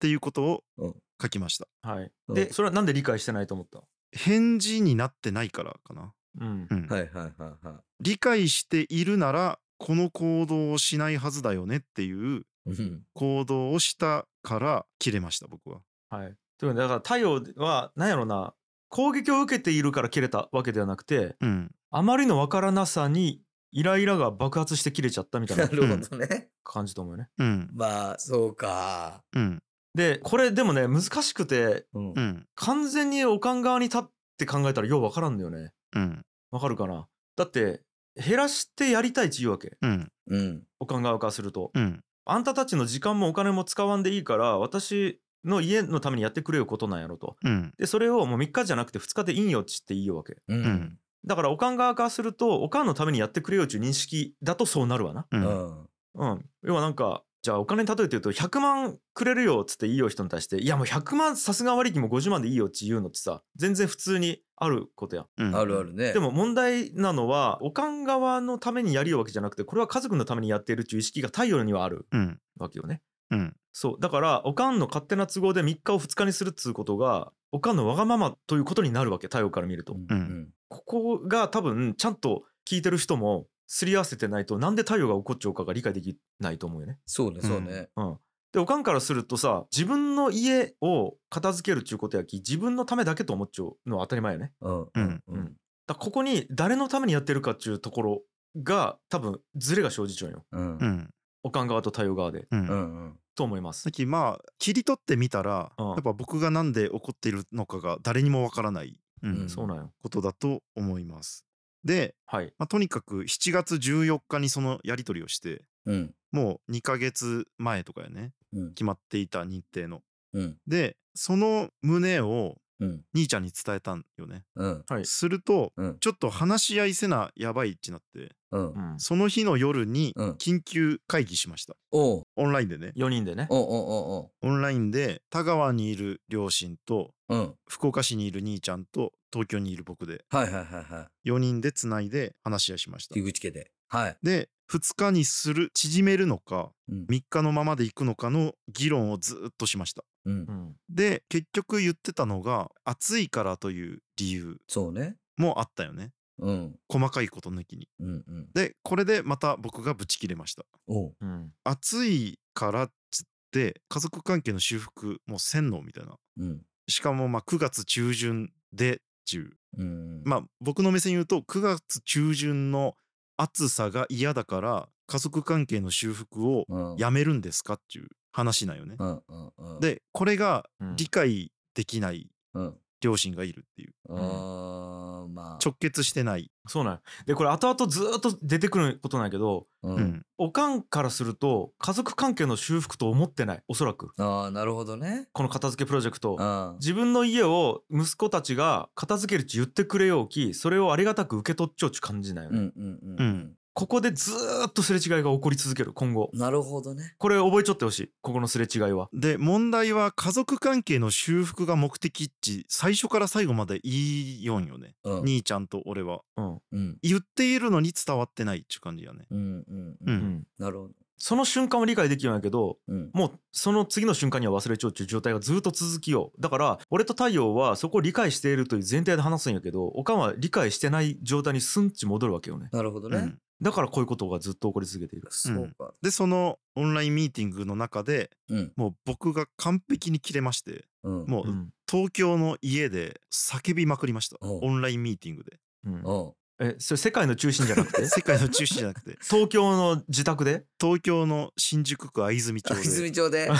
Speaker 3: ていうことを
Speaker 2: うん
Speaker 3: 書きました
Speaker 1: はい。
Speaker 2: うん
Speaker 1: で、それはなんで理解してないと思った
Speaker 3: 返事になってないからかな、
Speaker 1: うん
Speaker 3: う。ん
Speaker 2: はいはいはいは
Speaker 3: 理解しているならこの行動をしないはずだよねっていう
Speaker 2: いうん
Speaker 3: 行動をしたから切れました僕は
Speaker 1: はい。ということでだから太陽は何やろな攻撃を受けているから切れたわけではなくて
Speaker 3: うん
Speaker 1: あまりの分からなさにイライラが爆発して切れちゃったみたい
Speaker 2: な
Speaker 1: な
Speaker 2: るほどね
Speaker 1: 感じと思うよね。
Speaker 3: うん
Speaker 2: まあそうか
Speaker 3: うん
Speaker 1: でこれでもね難しくて
Speaker 2: うん
Speaker 3: うん
Speaker 1: 完全におかん側に立って考えたらよう分からんだよね。
Speaker 3: うん
Speaker 1: わかるかなだって減らしてやりたいって言うわけ
Speaker 3: うん
Speaker 2: うん
Speaker 1: おかん側からすると。
Speaker 3: うん
Speaker 1: あんたたちの時間もお金も使わんでいいから私の家のためにやってくれよことなんやろと。
Speaker 3: うん
Speaker 1: でそれをもう3日じゃなくて2日でいいよっちっていいよわけ。
Speaker 2: うんん
Speaker 1: だからおかん側からするとおかんのためにやってくれよっていう認識だとそうなるわな。
Speaker 3: う
Speaker 2: うんん
Speaker 1: うん、要はなんかじゃあお金に例えて言うと100万くれるよっつっていいよ人に対していやもう100万さすが割りも50万でいいよって言うのってさ全然普通にあることやん。
Speaker 3: うん
Speaker 2: あるあるね
Speaker 1: でも問題なのはおかん側のためにやりようわけじゃなくてこれは家族のためにやっているっていう意識が太陽にはある
Speaker 3: うん
Speaker 1: わけよね。
Speaker 3: うん
Speaker 1: そうだからおかんの勝手な都合で3日を2日にするっつうことがおかんのわがままということになるわけ太陽から見ると。
Speaker 2: うん
Speaker 1: ここが多分ちゃんと聞いてる人もすり合わせてないとなんで太陽が怒っちゃうかが理解できないと思うよね。
Speaker 2: そうねそうね
Speaker 1: うん、でおかんからするとさ自分の家を片付けるっちゅうことやき自分のためだけと思っちゃうのは当たり前よね。
Speaker 2: うん
Speaker 3: うん
Speaker 2: うん
Speaker 1: だからここに誰のためにやってるかっちゅうところが多分ズレが生じちゃうんよ。
Speaker 2: うん
Speaker 3: う
Speaker 2: うん
Speaker 3: ん
Speaker 1: おかん側と太陽側で。
Speaker 3: うん
Speaker 2: うん
Speaker 1: と思います
Speaker 3: さっ。きまあ切り取ってみたら、
Speaker 1: うん
Speaker 3: やっぱ僕がなんで怒っているのかが誰にもわからない、うん
Speaker 2: うん
Speaker 1: そうなんよ。
Speaker 3: ことだと思います。で、
Speaker 1: はい。
Speaker 3: まあ、とにかく7月14日にそのやり取りをして
Speaker 2: うん
Speaker 3: もう2ヶ月前とかやね
Speaker 2: うん
Speaker 3: 決まっていた日程の。
Speaker 2: うん
Speaker 3: でその旨を
Speaker 2: うん。
Speaker 3: 兄ちゃんに伝えたんよね。
Speaker 2: うん。
Speaker 1: はい
Speaker 3: すると
Speaker 2: うん。
Speaker 3: ちょっと話し合いせなやばいってなって
Speaker 2: うん
Speaker 1: う。ん、
Speaker 3: その日の夜に
Speaker 2: うん
Speaker 3: 緊急会議しました
Speaker 2: おう。
Speaker 3: オンラインでね
Speaker 1: 4人でね
Speaker 2: おうお
Speaker 3: オンラインで田川にいる両親と
Speaker 2: うおう。うん。
Speaker 3: 福岡市にいる兄ちゃんと東京にいる僕で
Speaker 2: はいはいはいは
Speaker 3: 4人でつないで話し合いしました
Speaker 2: い。樋口家で。はい。
Speaker 3: で2日にする縮めるのか
Speaker 2: うん。
Speaker 3: 3日のままで行くのかの議論をずーっとしました
Speaker 2: うん
Speaker 1: う。ん
Speaker 3: で結局言ってたのが暑いからという理由
Speaker 2: そうね。
Speaker 3: もあったよね
Speaker 2: うん。
Speaker 3: 細かいこと抜きに
Speaker 2: うんうん。
Speaker 3: でこれでまた僕がブチ切れました
Speaker 2: おう。
Speaker 1: うん
Speaker 3: 暑いからっつって家族関係の修復もうせんのみたいな
Speaker 2: うん。
Speaker 3: しかもまあ9月中旬でっちゅ
Speaker 2: う
Speaker 3: う
Speaker 2: ん。
Speaker 3: まあ僕の目線言うと9月中旬の暑さが嫌だから家族関係の修復を
Speaker 2: うん。
Speaker 3: やめるんですかっていう話なんよね
Speaker 2: う。んうんうん。、
Speaker 3: でこれが
Speaker 1: うん
Speaker 3: 理解できない
Speaker 2: うん。
Speaker 3: 両親がいるっていう
Speaker 2: あー、まあ。
Speaker 3: 直結してない、
Speaker 1: そうなんやでこれ後々ずーっと出てくることなんやけど
Speaker 2: う。
Speaker 3: うんん
Speaker 1: おかんからすると家族関係の修復と思ってないおそらく
Speaker 2: ああ、なるほどね。
Speaker 1: この片付けプロジェクトを
Speaker 2: うん。
Speaker 1: 自分の家を息子たちが片付けるって言ってくれようきそれをありがたく受け取っちゃうっちゅう感じなんよ
Speaker 2: う
Speaker 1: ね、
Speaker 2: んうんう
Speaker 3: うんん。
Speaker 1: ここでずーっとすれ違いが起こり続ける今後
Speaker 2: なるほどね。
Speaker 1: これ覚えちょってほしいここのすれ違いは
Speaker 3: で問題は家族関係の修復が目的っち最初から最後までいいよんよね、
Speaker 2: うん。
Speaker 3: 兄ちゃんと俺は
Speaker 1: うん
Speaker 2: うん。
Speaker 3: 言っているのに伝わってないっちゅう感じやね
Speaker 2: うんうん
Speaker 3: う
Speaker 1: うんん
Speaker 2: なるほど。
Speaker 1: その瞬間は理解できるんやけど
Speaker 2: うん。
Speaker 1: もうその次の瞬間には忘れちゃうっていう状態がずっと続きようだから俺と太陽はそこを理解しているという前提で話すんやけどおかんは理解してない状態にすんち戻るわけよね
Speaker 2: なるほどね。
Speaker 3: うん
Speaker 1: だからこういうことがずっと起こり続けている
Speaker 2: そうか。
Speaker 3: でそのオンラインミーティングの中で
Speaker 2: うん。
Speaker 3: もう僕が完璧に切れまして
Speaker 2: うん。
Speaker 3: も
Speaker 1: う、
Speaker 3: うん東京の家で叫びまくりました
Speaker 2: おう
Speaker 3: オンラインミーティングで
Speaker 1: うん
Speaker 2: う、ん。
Speaker 1: えそれ世界の中心じゃなく て
Speaker 3: 世界の中心じゃなく て
Speaker 1: 東京の自宅で
Speaker 3: 東京の新宿区藍住町で
Speaker 2: 泉町で。
Speaker 3: うん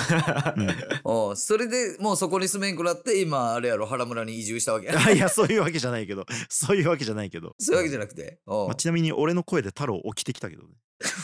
Speaker 2: おうそれでもうそこに住めんくなって今あれやろ原村に移住したわけ
Speaker 3: あいやそういうわけじゃないけどそういうわけじゃないけど、
Speaker 2: そういうわけじゃなくておう
Speaker 3: まあ、ちなみに俺の声で太郎起きてきたけどね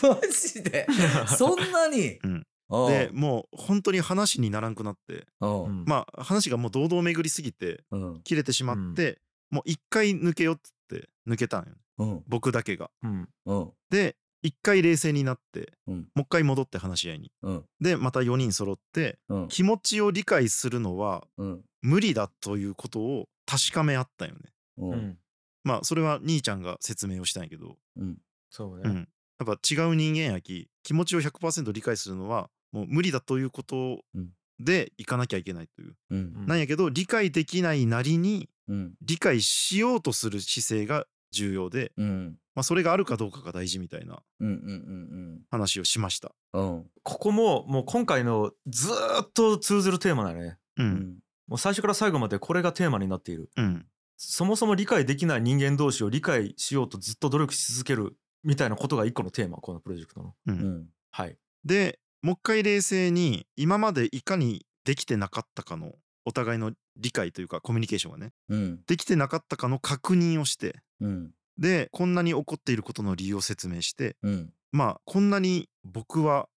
Speaker 2: マジでそんなに
Speaker 3: うん
Speaker 2: おう
Speaker 3: でもう本当に話にならんくなって
Speaker 2: おう
Speaker 1: うん
Speaker 3: まあ話がもう堂々巡りすぎて
Speaker 2: うん
Speaker 3: 切れてしまって、もう一回抜けようっつって抜けたんよ
Speaker 2: うん
Speaker 3: 僕だけが
Speaker 1: うん
Speaker 2: うん
Speaker 3: で一回冷静になって、
Speaker 2: うん
Speaker 3: もう一回戻って話し合いに
Speaker 2: うん
Speaker 3: でまた4人揃って
Speaker 2: うん
Speaker 3: 気持ちを理解するのは
Speaker 2: うん
Speaker 3: 無理だということを確かめ合ったよね
Speaker 2: うん
Speaker 1: う
Speaker 2: うん
Speaker 1: ん
Speaker 3: まあそれは兄ちゃんが説明をしたんやけど、
Speaker 2: うん
Speaker 1: そう
Speaker 3: う
Speaker 1: ね、
Speaker 3: ん、やっぱ違う人間やき気持ちを100%理解するのはもう無理だということ
Speaker 2: うん
Speaker 3: でいかなきゃいけないという、
Speaker 1: う
Speaker 2: う
Speaker 1: んん
Speaker 3: なんやけど理解できないなりに
Speaker 2: うん
Speaker 3: 理解しようとする姿勢が重要で、
Speaker 2: うん
Speaker 3: まあ、それがあるかどうかが大事みたいな
Speaker 2: うんうん
Speaker 3: 話をしました。
Speaker 2: うん
Speaker 1: ここももう今回のずーっと通ずるテーマだよね
Speaker 3: う
Speaker 2: うんん
Speaker 1: もう最初から最後までこれがテーマになっている
Speaker 3: うん
Speaker 1: そもそも理解できない人間同士を理解しようとずっと努力し続けるみたいなことが一個のテーマこのプロジェクトの
Speaker 3: う、
Speaker 2: うんん
Speaker 1: はい
Speaker 3: でもう一回冷静に今までいかにできてなかったかのお互いの理解というかコミュニケーションがね
Speaker 2: うん
Speaker 3: できてなかったかの確認をして
Speaker 2: うん
Speaker 3: でこんなに起こっていることの理由を説明して
Speaker 2: うん
Speaker 3: まあこんなに僕は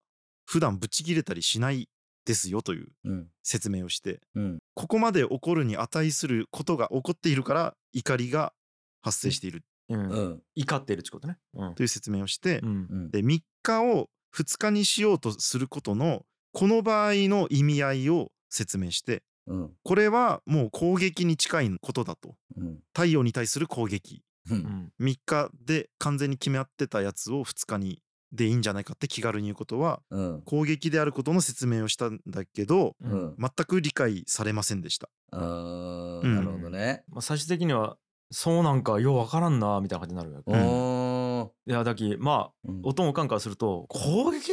Speaker 3: 普段ブチ切れたりしないですよという
Speaker 2: うん
Speaker 3: 説明をして
Speaker 2: うん
Speaker 3: ここまで起こるに値することが起こっているから怒りが発生している
Speaker 1: うん
Speaker 2: うん
Speaker 1: 怒っているってことね。うん
Speaker 3: という説明をして
Speaker 1: うん
Speaker 2: うん
Speaker 3: で3日を2日にしようとすることのこの場合の意味合いを説明して
Speaker 2: うん
Speaker 3: これはもう攻撃に近いことだと
Speaker 2: うん
Speaker 3: 太陽に対する攻撃
Speaker 2: う
Speaker 1: うんん
Speaker 3: 3日で完全に決め合ってたやつを2日にでいいんじゃないかって気軽に言うことは
Speaker 2: うん
Speaker 3: 攻撃であることの説明をしたんだけど
Speaker 1: うん
Speaker 2: うん
Speaker 3: 全く理解されませんでした。
Speaker 2: あー
Speaker 3: うん
Speaker 2: なるほどね
Speaker 1: まあ、最終的にはそうなんかようわからんなみたいな感じになるわけ、
Speaker 2: お
Speaker 1: い
Speaker 2: ー
Speaker 1: やだきまあ
Speaker 2: うん
Speaker 1: おとんおかんからすると攻撃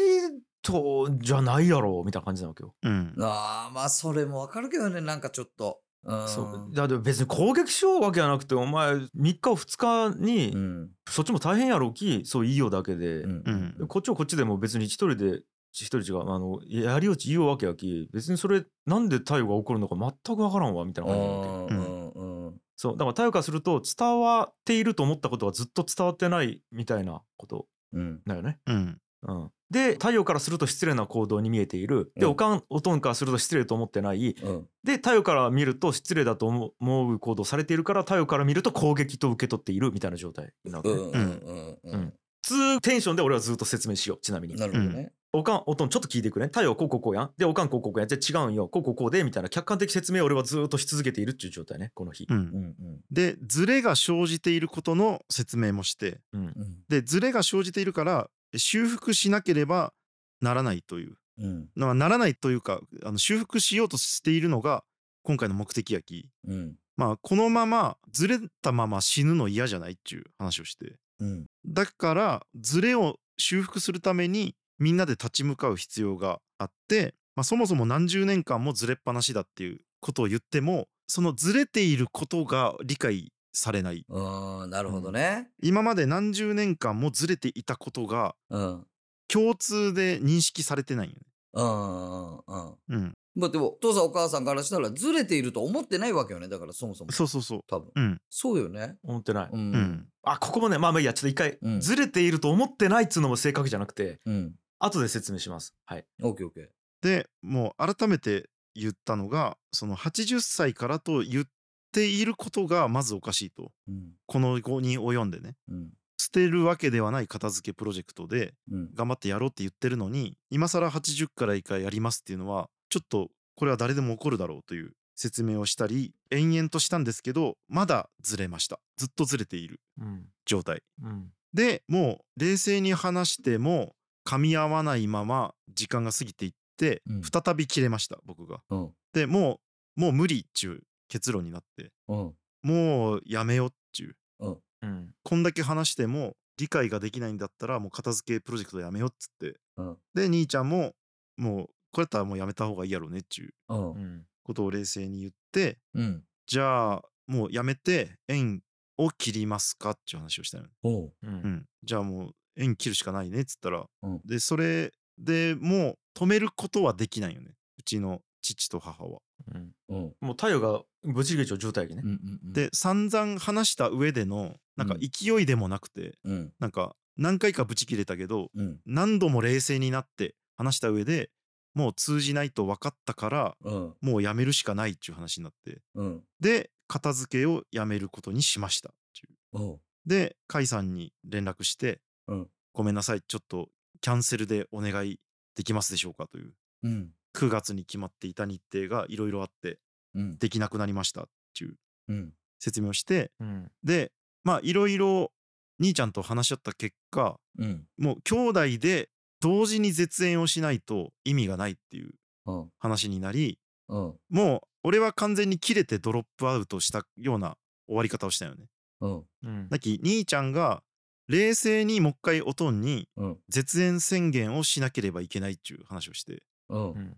Speaker 1: とじゃないやろみたいな感じなわけよ。
Speaker 3: うん
Speaker 2: ああまあそれもわかるけどねなんかちょっとうん
Speaker 1: そうだって別に攻撃しようわけじゃなくてお前3日2日に、
Speaker 2: うん
Speaker 1: そっちも大変やろうきそういいよだけで、
Speaker 2: うん
Speaker 3: うん
Speaker 1: こっちはこっちでも別に一人で一人違うあのやりようちいいよわけやき別にそれなんで太陽が起こるのか全くわからんわみたいな感じなわけ。
Speaker 2: うんうんうん
Speaker 1: そうだから太陽からすると伝わっていると思ったことがずっと伝わってないみたいなこと
Speaker 2: うん
Speaker 1: だよね。
Speaker 3: うん
Speaker 1: うん、で太陽からすると失礼な行動に見えているで
Speaker 2: うん
Speaker 1: おかんおとんからすると失礼と思ってない
Speaker 2: うん。
Speaker 1: で太陽から見ると失礼だと思う思う行動されているから太陽から見ると攻撃と受け取っているみたいな状態なわけね、
Speaker 2: うん。うん。う
Speaker 1: うんん。通テンションで俺はずっと説明しようちなみに
Speaker 2: なるほどね。
Speaker 1: おかんおとんちょっと聞いてくれ太陽こうこうこうやんでおかんこうこうこうやんじゃあ違うんよこうこうこうでみたいな客観的説明を俺はずっとし続けているっていう状態ねこの日
Speaker 3: う、、
Speaker 2: うんん。
Speaker 3: でズレが生じていることの説明もして
Speaker 1: うん
Speaker 2: う、ん。
Speaker 3: でズレが生じているから修復しなければならないという
Speaker 2: うん。
Speaker 3: まあならないというかあの修復しようとしているのが今回の目的やき
Speaker 2: うん。
Speaker 3: まあこのままずれたまま死ぬの嫌じゃないっていう話をして
Speaker 2: うん。
Speaker 3: だからズレを修復するためにみんなで立ち向かう必要があって、まあ、そもそも何十年間もズレっぱなしだっていうことを言ってもそのズレていることが理解されない
Speaker 2: うん。なるほどね。
Speaker 3: 今まで何十年間もずれていたことが
Speaker 2: うん。
Speaker 3: 共通で認識されてないよね。
Speaker 2: うん。うん。
Speaker 3: うん、
Speaker 2: まあでも、お父さんお母さんからしたら、ずれていると思ってないわけよね。だから、そもそも。
Speaker 3: そうそうそう。
Speaker 2: 多分。
Speaker 3: うん
Speaker 2: そうよね。
Speaker 1: 思ってない、
Speaker 2: う。
Speaker 3: うんん
Speaker 1: あここもねまあまあいいやちょっと一回、
Speaker 2: うん
Speaker 1: ずれていると思ってないっつうのも正確じゃなくて
Speaker 2: うん。
Speaker 1: 後で説明しますはい
Speaker 2: オッケーオッケー。
Speaker 3: でもう改めて言ったのがその80歳からと言っていることがまずおかしいと
Speaker 2: うん。
Speaker 3: この後に及んでね
Speaker 2: うん。
Speaker 3: 捨てるわけではない片付けプロジェクトで
Speaker 2: うん。
Speaker 3: 頑張ってやろうって言ってるのに今更80から以下やりますっていうのはちょっとこれは誰でも起こるだろうという説明をしたり延々としたんですけどまだずれましたずっとずれている
Speaker 1: うん
Speaker 3: 状態
Speaker 1: うん
Speaker 3: でもう冷静に話しても噛み合わないまま時間が過ぎていって、
Speaker 2: うん
Speaker 3: 再び切れました僕が。
Speaker 2: うん。
Speaker 3: でもうもう無理っちゅう結論になって
Speaker 2: うん。
Speaker 3: もうやめようっちゅう
Speaker 1: うん
Speaker 3: こんだけ話しても理解ができないんだったらもう片付けプロジェクトやめようっつって、
Speaker 2: うん
Speaker 3: で兄ちゃんももうこれやったらもうやめた方がいいやろうねっちゅう
Speaker 2: う。
Speaker 1: うんん
Speaker 3: ことを冷静に言って
Speaker 2: うん。
Speaker 3: じゃあもうやめて縁を切りますかっていう話をしたのよ
Speaker 2: おう。
Speaker 1: う
Speaker 3: うんん、じゃあもう縁切るしかないねっつったら、
Speaker 2: うん
Speaker 3: でそれでもう止めることはできないよねうちの父と母は。
Speaker 1: うん
Speaker 2: うん。
Speaker 1: もう太陽がぶち切れちゃう状態やけね
Speaker 2: うん。うんうん。
Speaker 3: で散々話した上でのなんか
Speaker 2: うん
Speaker 3: 勢いでもなくて、
Speaker 2: うん。
Speaker 3: なんか何回かブチ切れたけど
Speaker 2: うん。
Speaker 3: 何度も冷静になって話した上でもう通じないと分かったから
Speaker 2: うん。
Speaker 3: もうやめるしかないっていう話になって
Speaker 2: うん。
Speaker 3: で片付けをやめることにしましたっていう
Speaker 2: おう。
Speaker 3: で甲斐さんに連絡して、
Speaker 2: うん
Speaker 3: ごめんなさいちょっとキャンセルでお願いできますでしょうか」という
Speaker 2: うん。
Speaker 3: 9月に決まっていた日程がいろいろあって
Speaker 2: うん。
Speaker 3: できなくなりましたっていう
Speaker 2: うん。
Speaker 3: 説明をして
Speaker 1: うん
Speaker 3: でまあいろいろ兄ちゃんと話し合った結果
Speaker 2: うん。
Speaker 3: もう兄弟で同時に絶縁をしないと意味がないっていう
Speaker 2: うん。
Speaker 3: 話になり
Speaker 2: うん。
Speaker 3: もう俺は完全に切れてドロップアウトしたような終わり方をしたよね。
Speaker 2: うん。
Speaker 1: うん
Speaker 3: だき兄ちゃんが冷静にもう一回おとんに
Speaker 2: うん。
Speaker 3: 絶縁宣言をしなければいけないっていう話をして
Speaker 2: うん
Speaker 1: う。ん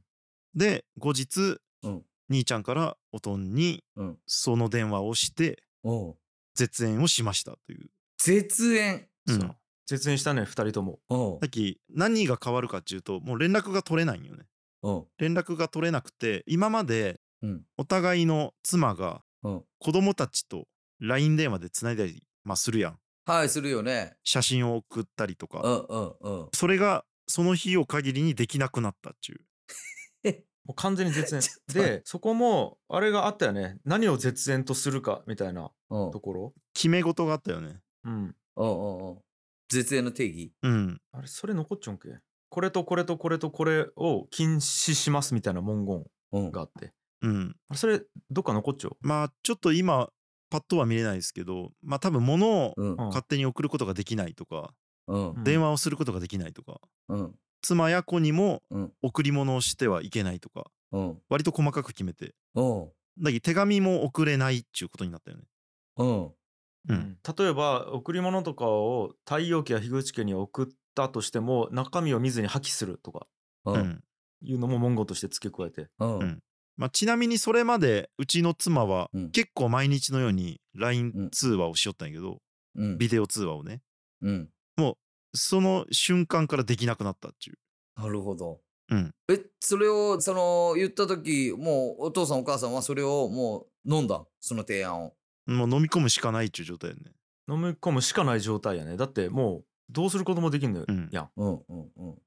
Speaker 3: で後日、
Speaker 2: うん
Speaker 3: 兄ちゃんからおとんに
Speaker 2: うん
Speaker 3: その電話をして
Speaker 2: おう。
Speaker 3: 絶縁をしましたという、
Speaker 2: 絶縁。
Speaker 1: そう
Speaker 3: さ
Speaker 1: 絶縁したね二人とも
Speaker 2: おう。
Speaker 3: っき何が変わるかっていうともう連絡が取れないんよね
Speaker 2: おう。
Speaker 3: 連絡が取れなくて今まで
Speaker 2: うん
Speaker 3: お互いの妻が
Speaker 2: うん。
Speaker 3: 子供たちと LINE 電話でつないだり、まあ、するやん
Speaker 2: はい、するよね。
Speaker 3: 写真を送ったりと
Speaker 2: う
Speaker 3: か
Speaker 2: んうんうん。
Speaker 3: それがその日を限りにできなくなったっちゅう
Speaker 1: もう完全に 絶縁
Speaker 2: ちょっと待って
Speaker 1: でそこもあれがあったよね何を絶縁とするかみたいな
Speaker 2: うん。
Speaker 1: ところ
Speaker 3: 決め事があったよね
Speaker 1: うん
Speaker 2: うんうんうん。絶縁の定義。
Speaker 3: うん
Speaker 1: あれそれ残っちゃうんけこれとこれとこれとこれを禁止しますみたいな文言
Speaker 2: うん
Speaker 1: があって
Speaker 3: うん
Speaker 1: あれそれどっか残っちゃう
Speaker 3: まあちょっと今パッとは見れないですけどまあ多分物を
Speaker 2: うん
Speaker 1: うん
Speaker 3: 勝手に送ることができないとか、
Speaker 2: うん
Speaker 3: 電話をすることができないとか
Speaker 2: うん
Speaker 3: 妻や子にも
Speaker 2: うん
Speaker 3: 贈り物をしてはいけないとか
Speaker 2: うん
Speaker 3: 割と細かく決めて
Speaker 2: うん
Speaker 3: だけど手紙も送れないっちゅうことになったよね
Speaker 2: うん
Speaker 3: う
Speaker 1: うんん例えば贈り物とかを太陽家や樋口家に送ったとしても中身を見ずに破棄するとか
Speaker 2: う
Speaker 3: うんん、
Speaker 1: いうのも文言として付け加えて
Speaker 2: うんうん
Speaker 3: まあ、ちなみにそれまでうちの妻は
Speaker 2: うん
Speaker 3: 結構毎日のように
Speaker 2: う
Speaker 3: LINE
Speaker 2: ん
Speaker 3: 通話をしよったんやけど、
Speaker 2: うん
Speaker 3: ビデオ通話をね
Speaker 2: うん
Speaker 3: その瞬間からできなくなったっちゅ
Speaker 2: なるほど。
Speaker 3: うん
Speaker 2: えそれをその言った時もうお父さんお母さんはそれをもう飲んだんその提案を。
Speaker 3: うもう飲み込むしかないっちゅう状態よね
Speaker 1: 飲み込むしかない状態やねだってもうどうすることもできんのよ
Speaker 3: うん
Speaker 1: やん
Speaker 2: うんうんうん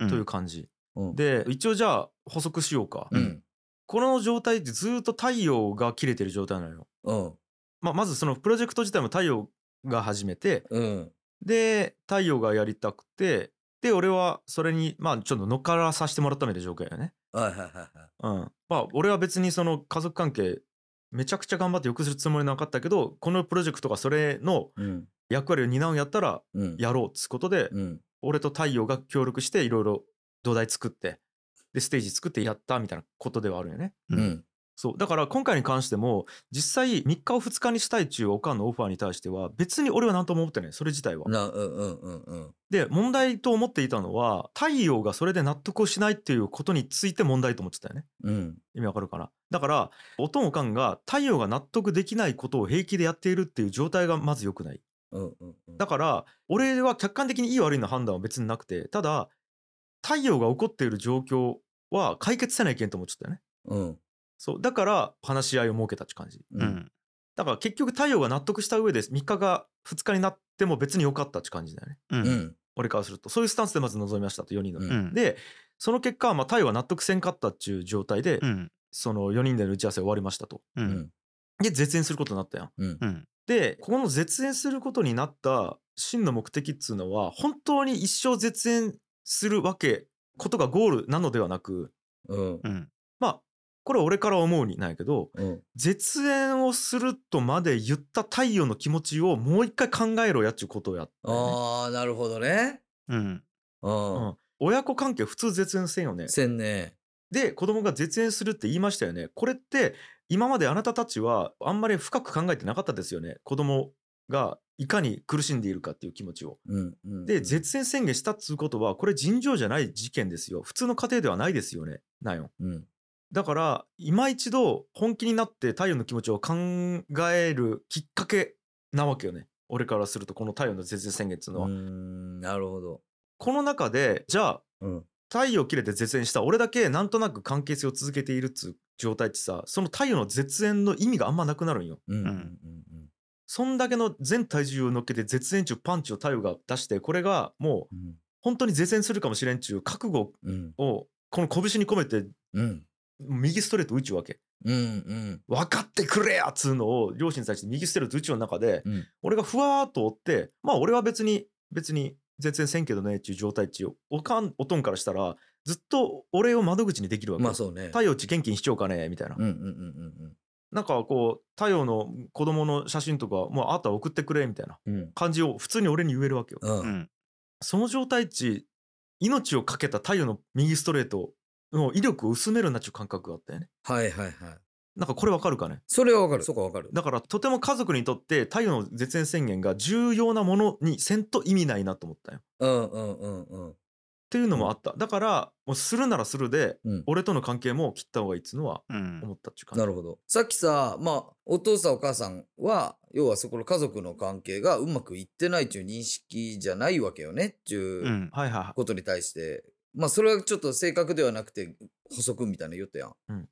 Speaker 3: うん
Speaker 1: という感じ、
Speaker 2: うん
Speaker 1: で一応じゃあ補足しようか、
Speaker 2: うん
Speaker 1: この状態ってずっと太陽が切れてる状態なのよ、
Speaker 2: うん
Speaker 1: まあ、まずそのプロジェクト自体も太陽が始めて
Speaker 2: うん
Speaker 1: で太陽がやりたくてで俺はそれにまあちょっと乗っからさせてもらったみたいな状況やね
Speaker 2: はいはいはいはい
Speaker 1: うんまあ俺は別にその家族関係めちゃくちゃ頑張ってよくするつもりなかったけどこのプロジェクトがそれの
Speaker 2: うん
Speaker 1: 役割を担うんやったら
Speaker 2: うん
Speaker 1: やろうっつうことで、
Speaker 2: うん
Speaker 1: 俺と太陽が協力していろいろ土台作ってでステージ作ってやったみたいなことではあるんよね
Speaker 3: うん
Speaker 2: うん
Speaker 1: そうだから今回に関しても実際3日を2日にしたいっちゅうおかんのオファーに対しては別に俺は何とも思ってないそれ自体は
Speaker 2: なうんうんうんうん
Speaker 1: で問題と思っていたのは太陽がそれで納得をしないっていうことについて問題と思ってたよね
Speaker 2: うん
Speaker 1: 意味わかるかなだからおとんおかんが太陽が納得できないことを平気でやっているっていう状態がまず良くない
Speaker 2: うんうんうん
Speaker 1: だから俺は客観的にいい悪いの判断は別になくてただ太陽が起こっている状況は解決せないけんと思っちゃったよね
Speaker 2: うん
Speaker 1: そうだから話し合いを設けたって感じ
Speaker 3: う
Speaker 2: うん
Speaker 3: ん
Speaker 1: だから結局太陽が納得した上で3日が2日になっても別に良かったって感じだよね
Speaker 3: うん
Speaker 2: う
Speaker 3: うん
Speaker 2: ん
Speaker 1: 俺からするとそういうスタンスでまず臨みましたと4人の、
Speaker 2: うん
Speaker 3: うん
Speaker 1: でその結果、まあ、太陽は納得せんかったっていう状態で、
Speaker 3: うん
Speaker 1: その4人での打ち合わせ終わりましたと
Speaker 3: う
Speaker 2: うんん
Speaker 1: で絶縁することになったやん
Speaker 2: うん
Speaker 3: うん
Speaker 1: でここの絶縁することになった真の目的っつうのは本当に一生絶縁するわけことがゴールなのではなく
Speaker 2: うん
Speaker 3: うん
Speaker 1: まあこれは俺から思うになんやけど
Speaker 2: うん
Speaker 1: 絶縁をするとまで言った太陽の気持ちをもう一回考えろやっちゅうことをやったよね、
Speaker 2: ああなるほどね
Speaker 3: うん
Speaker 2: うん
Speaker 1: うん親子関係普通絶縁せんよね
Speaker 2: せんね
Speaker 1: で子供が絶縁するって言いましたよねこれって今まであなたたちはあんまり深く考えてなかったですよね子供がいかに苦しんでいるかっていう気持ちを。
Speaker 2: うんうん
Speaker 1: で絶縁宣言したっつうことはこれ尋常じゃない事件ですよ普通の家庭ではないですよねナヨン。
Speaker 2: うん
Speaker 1: だから今一度本気になって太陽の気持ちを考えるきっかけなわけよね俺からするとこの太陽の絶縁宣言っていうのは。
Speaker 2: うんなるほど
Speaker 1: この中でじゃあ
Speaker 2: うん
Speaker 1: 太陽切れて絶縁した俺だけなんとなく関係性を続けているっつう状態ってさその太陽の絶縁の意味があんまなくなるんよ
Speaker 2: うんうん
Speaker 3: うん
Speaker 2: うん
Speaker 1: そんだけの全体重を乗っけて絶縁中パンチを太陽が出してこれがもう
Speaker 2: うん
Speaker 1: 本当に絶縁するかもしれんちゅう覚悟
Speaker 2: うん
Speaker 1: をこの拳に込めて
Speaker 2: うん
Speaker 1: 右ストレート打ちわけ
Speaker 2: うんうん
Speaker 1: 分かってくれやっつうのを両親に対して右ストレート打ちの中で、
Speaker 2: うん
Speaker 1: 俺がふわーっと追ってまあ俺は別に別に絶縁せんけどねっていう状態っちゅうおかんおとんからしたらずっと俺を窓口にできるわけよ、
Speaker 2: まあそうね
Speaker 1: 太陽っち元気にしちゃおうかねみたいな、
Speaker 2: うんうんうん
Speaker 1: なんかこう太陽の子供の写真とかもうあったら送ってくれみたいな
Speaker 2: うんうん
Speaker 1: 感じを普通に俺に言えるわけよ、
Speaker 2: うん
Speaker 3: う
Speaker 2: うん
Speaker 3: ん
Speaker 1: その状態っち命を懸けた太陽の右ストレートの威力を薄めるなっちゅう感覚があったよね
Speaker 2: はいはいはい
Speaker 1: なんかこれわかるかね
Speaker 2: それはわかるそこはわかる
Speaker 1: だからとても家族にとって太陽の絶縁宣言が重要なものにせんと意味ないなと思ったよ。っ
Speaker 2: うんうんうんうん
Speaker 1: ていうのもあった。だからもうするならするで
Speaker 2: うん
Speaker 1: 俺との関係も切った方がいいっつうのは
Speaker 3: うん
Speaker 1: 思ったっていうか。
Speaker 2: なるほどさっきさまあお父さんお母さんは要はそこの家族の関係がうまくいってないっていう認識じゃないわけよねっていううん
Speaker 1: はいはいは
Speaker 2: ことに対して、まあそれはちょっと正確ではなくて補足みたいなの言ったやん、
Speaker 1: うん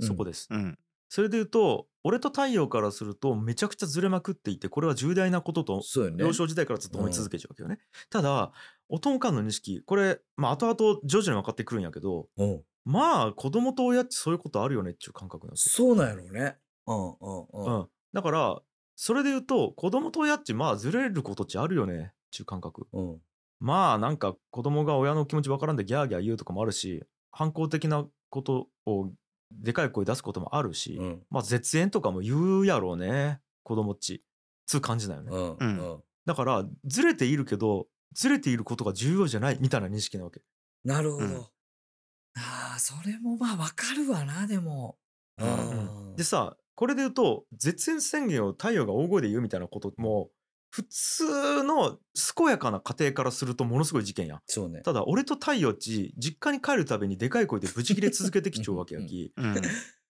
Speaker 1: い。そこ
Speaker 2: で
Speaker 1: です。
Speaker 3: うん
Speaker 1: それで言うと俺と太陽からするとめちゃくちゃずれまくっていてこれは重大なことと
Speaker 2: そうよね
Speaker 1: 幼少時代からずっと思い続けちゃうわけどね。ただおとんかんの認識これまあ後々徐々に分かってくるんやけど
Speaker 2: うん
Speaker 1: まあ子供と親ってそういうことあるよねっていう感覚なんですよ。
Speaker 2: そうなんやろうねうんうんう
Speaker 1: う
Speaker 2: ん
Speaker 1: ん、だからそれで言うと子供と親っちまあずれることっちあるよねっていう感覚
Speaker 2: うん
Speaker 1: まあなんか子供が親の気持ちわからんでギャーギャー言うとかもあるし反抗的なことをでかい声出すこともあるし、
Speaker 2: うん
Speaker 1: まあ絶縁とかも言うやろうね子供っちつう感じだよね、
Speaker 2: うんうん
Speaker 1: だからずれているけどずれていることが重要じゃないみたいな認識なわけ
Speaker 2: なるほど、
Speaker 3: うん
Speaker 2: ああそれもまあわかるわなでも
Speaker 3: うん
Speaker 2: うん
Speaker 1: でさこれで言うと絶縁宣言を太陽が大声で言うみたいなことも普通の健やかな家庭からするとものすごい事件やん
Speaker 2: そうね
Speaker 1: ただ俺と太陽っち実家に帰るたびにでかい声でブチ切れ続けてきちゃうわけやき
Speaker 3: うん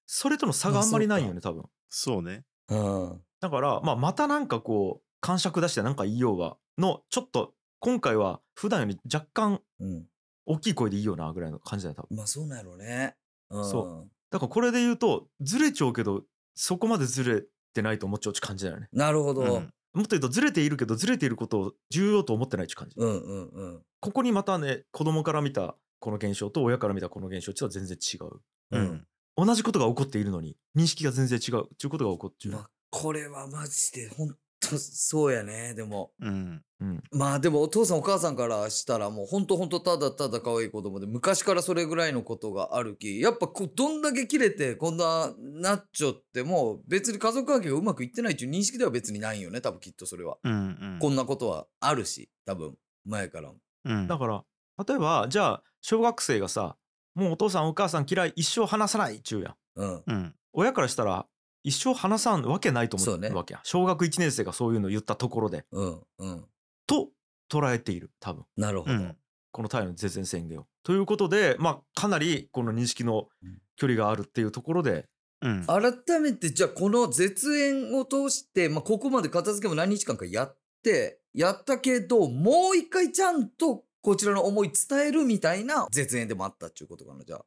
Speaker 1: それとの差があんまりないよね多分
Speaker 3: そうね
Speaker 2: うん
Speaker 1: だから、まあ、またなんかこう感触出してなんか言いようがのちょっと今回は普段より若干
Speaker 2: うん
Speaker 1: 大きい声でいいよなぐらいの感じだよ多分
Speaker 2: まあそうなんやろうねうん
Speaker 1: そだからこれで言うとずれちゃうけどそこまでずれてないと思っちゃうって感じだよね
Speaker 2: なるほど、
Speaker 3: うん
Speaker 1: もっと言うとずれているけどずれていることを重要と思ってないっていう感じ、
Speaker 2: うんうんうん
Speaker 1: ここにまたね子供から見たこの現象と親から見たこの現象っていうのは全然違う
Speaker 3: う
Speaker 2: うんん。
Speaker 1: 同じことが起こっているのに認識が全然違うっていうことが起こっている
Speaker 2: ま、あこれはマジで本当そうやねでも
Speaker 3: うん。
Speaker 1: うん、
Speaker 2: まあでもお父さんお母さんからしたらもう本当本当ただただ可愛い子供で昔からそれぐらいのことがあるきやっぱこうどんだけ切れてこんななっちゃっても別に家族関係がうまくいってないっていう認識では別にないよね多分きっとそれは、
Speaker 3: うん。うん
Speaker 2: こんなことはあるし多分前からも
Speaker 3: うん。
Speaker 1: だから例えばじゃあ小学生がさもうお父さんお母さん嫌い一生話さないっちゅうやん
Speaker 2: うん
Speaker 3: うん。
Speaker 1: 親からしたら一生話さんわけないと思
Speaker 2: そう
Speaker 1: う
Speaker 2: ね
Speaker 1: わけや、小学1年生がそういうの言ったところで
Speaker 2: うんうん
Speaker 1: と捉えている多分
Speaker 2: なるほ
Speaker 3: う
Speaker 2: ど、
Speaker 3: ん。
Speaker 1: この太陽の絶縁宣言を。ということでまあかなりこの認識の距離があるっていうところで
Speaker 3: うん。
Speaker 2: 改めてじゃあこの絶縁を通して、まあ、ここまで片付けも何日間かやってやったけどもう一回ちゃんとこちらの思い伝えるみたいな絶縁でもあったっていうことかなじゃあ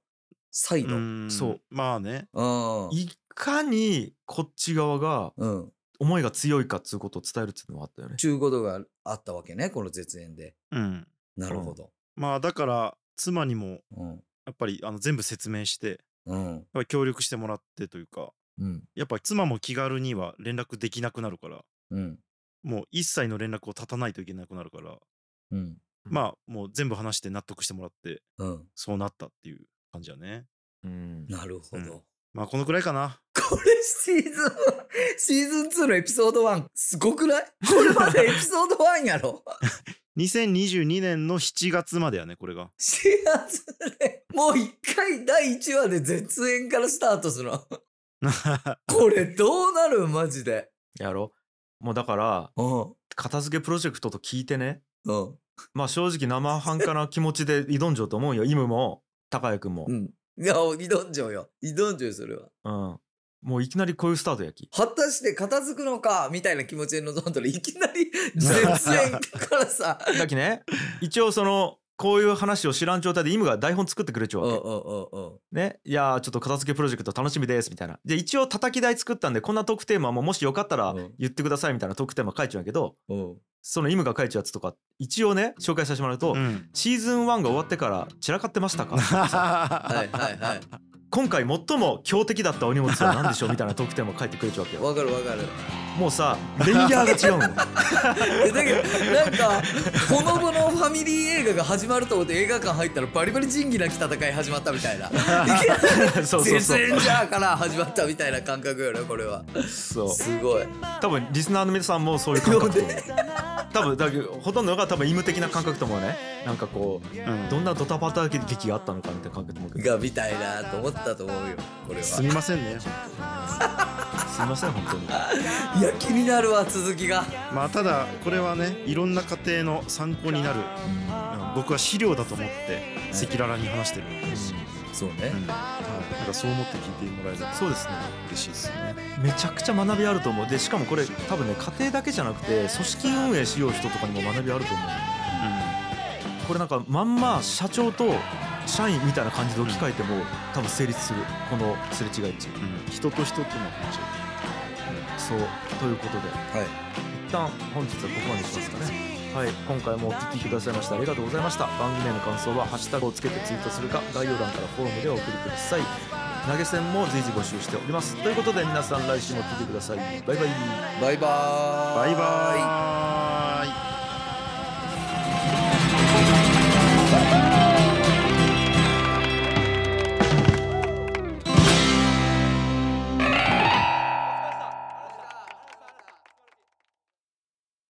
Speaker 2: 再度うん
Speaker 3: ん
Speaker 1: そう。
Speaker 3: まあね。
Speaker 2: うん
Speaker 1: いかにこっち側が思いが強いかっつうことを伝えるっていうのはあったよね。
Speaker 2: ちゅうことがあったわけねこの絶縁で
Speaker 3: うん。
Speaker 2: なるほど
Speaker 3: まあだから妻にも
Speaker 2: うん
Speaker 3: やっぱりあの全部説明してやっ
Speaker 2: うん
Speaker 3: ぱり協力してもらってというか
Speaker 2: うん
Speaker 3: やっぱ妻も気軽には連絡できなくなるから
Speaker 2: うん
Speaker 3: もう一切の連絡を絶たないといけなくなるから
Speaker 2: うん
Speaker 3: まあもう全部話して納得してもらって
Speaker 2: うん
Speaker 3: そうなったっていう感じだね
Speaker 1: うん
Speaker 2: なるほど、
Speaker 3: うまあこのくらいかな
Speaker 2: これシーズン シーズン2のエピソード1すごくないこれまでエピソード1やろ
Speaker 3: 2022年の7月までやねこれ が
Speaker 2: 4月でもう一回第1話で絶縁からスタートするの これどうなるマジで
Speaker 1: やろもうだから
Speaker 2: うん
Speaker 1: 片付けプロジェクトと聞いてね
Speaker 2: うん
Speaker 1: まあ正直生半可な気持ちで挑んじゃうと思うよイムも高谷君も
Speaker 2: う、んいや挑んじゃうよ挑んじゃうよそれは
Speaker 1: うん、もういきなりこういうスタートやき。
Speaker 2: 果たして片付くのかみたいな気持ちで臨んだらいきなり絶縁からさ
Speaker 1: だきね一応そのこういう話を知らん状態でイムが台本作ってくれちゃ
Speaker 2: う
Speaker 1: うん
Speaker 2: うん
Speaker 1: わ
Speaker 2: うん
Speaker 1: け、
Speaker 2: うん
Speaker 1: ねいやーちょっと片付けプロジェクト楽しみですみたいなで一応叩き台作ったんでこんなトークテーマももしよかったら
Speaker 2: うん
Speaker 1: 言ってくださいみたいなトークテーマ書いちゃうんやけど
Speaker 2: うん
Speaker 1: そのイムが書いちゃうやつとか一応ね紹介させてもらうと、
Speaker 3: うん
Speaker 1: シーズン1が終わってから散らかってま したか
Speaker 2: はい
Speaker 3: は
Speaker 2: はいは
Speaker 1: 今回最も強敵だったお荷物は何でしょ うみたいなトークテーマ書いてくれちゃうわけ
Speaker 2: い
Speaker 1: よ
Speaker 2: わかるわかる
Speaker 1: もうさレイヤーが違うのよ
Speaker 2: えだけどなんかほのぼのファミリー映画が始まると思って映画館入ったらバリバリ仁義なき戦い始まったみたいな
Speaker 1: そうそう
Speaker 2: 絶
Speaker 1: そう
Speaker 2: 縁じゃーから始まったみたいな感覚よねこれは
Speaker 1: そう
Speaker 2: すごい
Speaker 1: 多分リスナーの皆さんもそういう感覚と思う多分だけどほとんどが多分イム的な感覚と思うねなんかこう
Speaker 3: うん
Speaker 1: どんなドタバタ劇があったのかみたいな感覚と思うけど
Speaker 2: がみたいなと思ったと思うよこれ
Speaker 3: す
Speaker 2: は
Speaker 3: みませんね
Speaker 1: すいません本当に
Speaker 2: いや気になるわ続きが
Speaker 3: まあただこれはねいろんな家庭の参考になる、うん僕は資料だと思って赤裸々に話してる、
Speaker 2: そうね
Speaker 3: うんはい、なんかそう思って聞いてもらえると
Speaker 1: そうですね
Speaker 3: 嬉しいですよね
Speaker 1: めちゃくちゃ学びあると思うでしかもこれ多分ね家庭だけじゃなくて組織運営しよう人とかにも学びあると思うこれなんかまんま社長と社員みたいな感じで置き換えても多分成立するこのすれ違いっち
Speaker 3: うんうん人と人との話を
Speaker 1: そうということで
Speaker 2: はい
Speaker 1: 一旦本日はここまでにしますかねはい今回もお聞きくださいましてありがとうございました番組への感想は「ハッシュタグをつけてツイートするか概要欄からフォローでお送りください投げ銭も随時募集しておりますということで皆さん来週も聞いてくださいバイバイ
Speaker 2: バイバーイ
Speaker 3: バイバーイ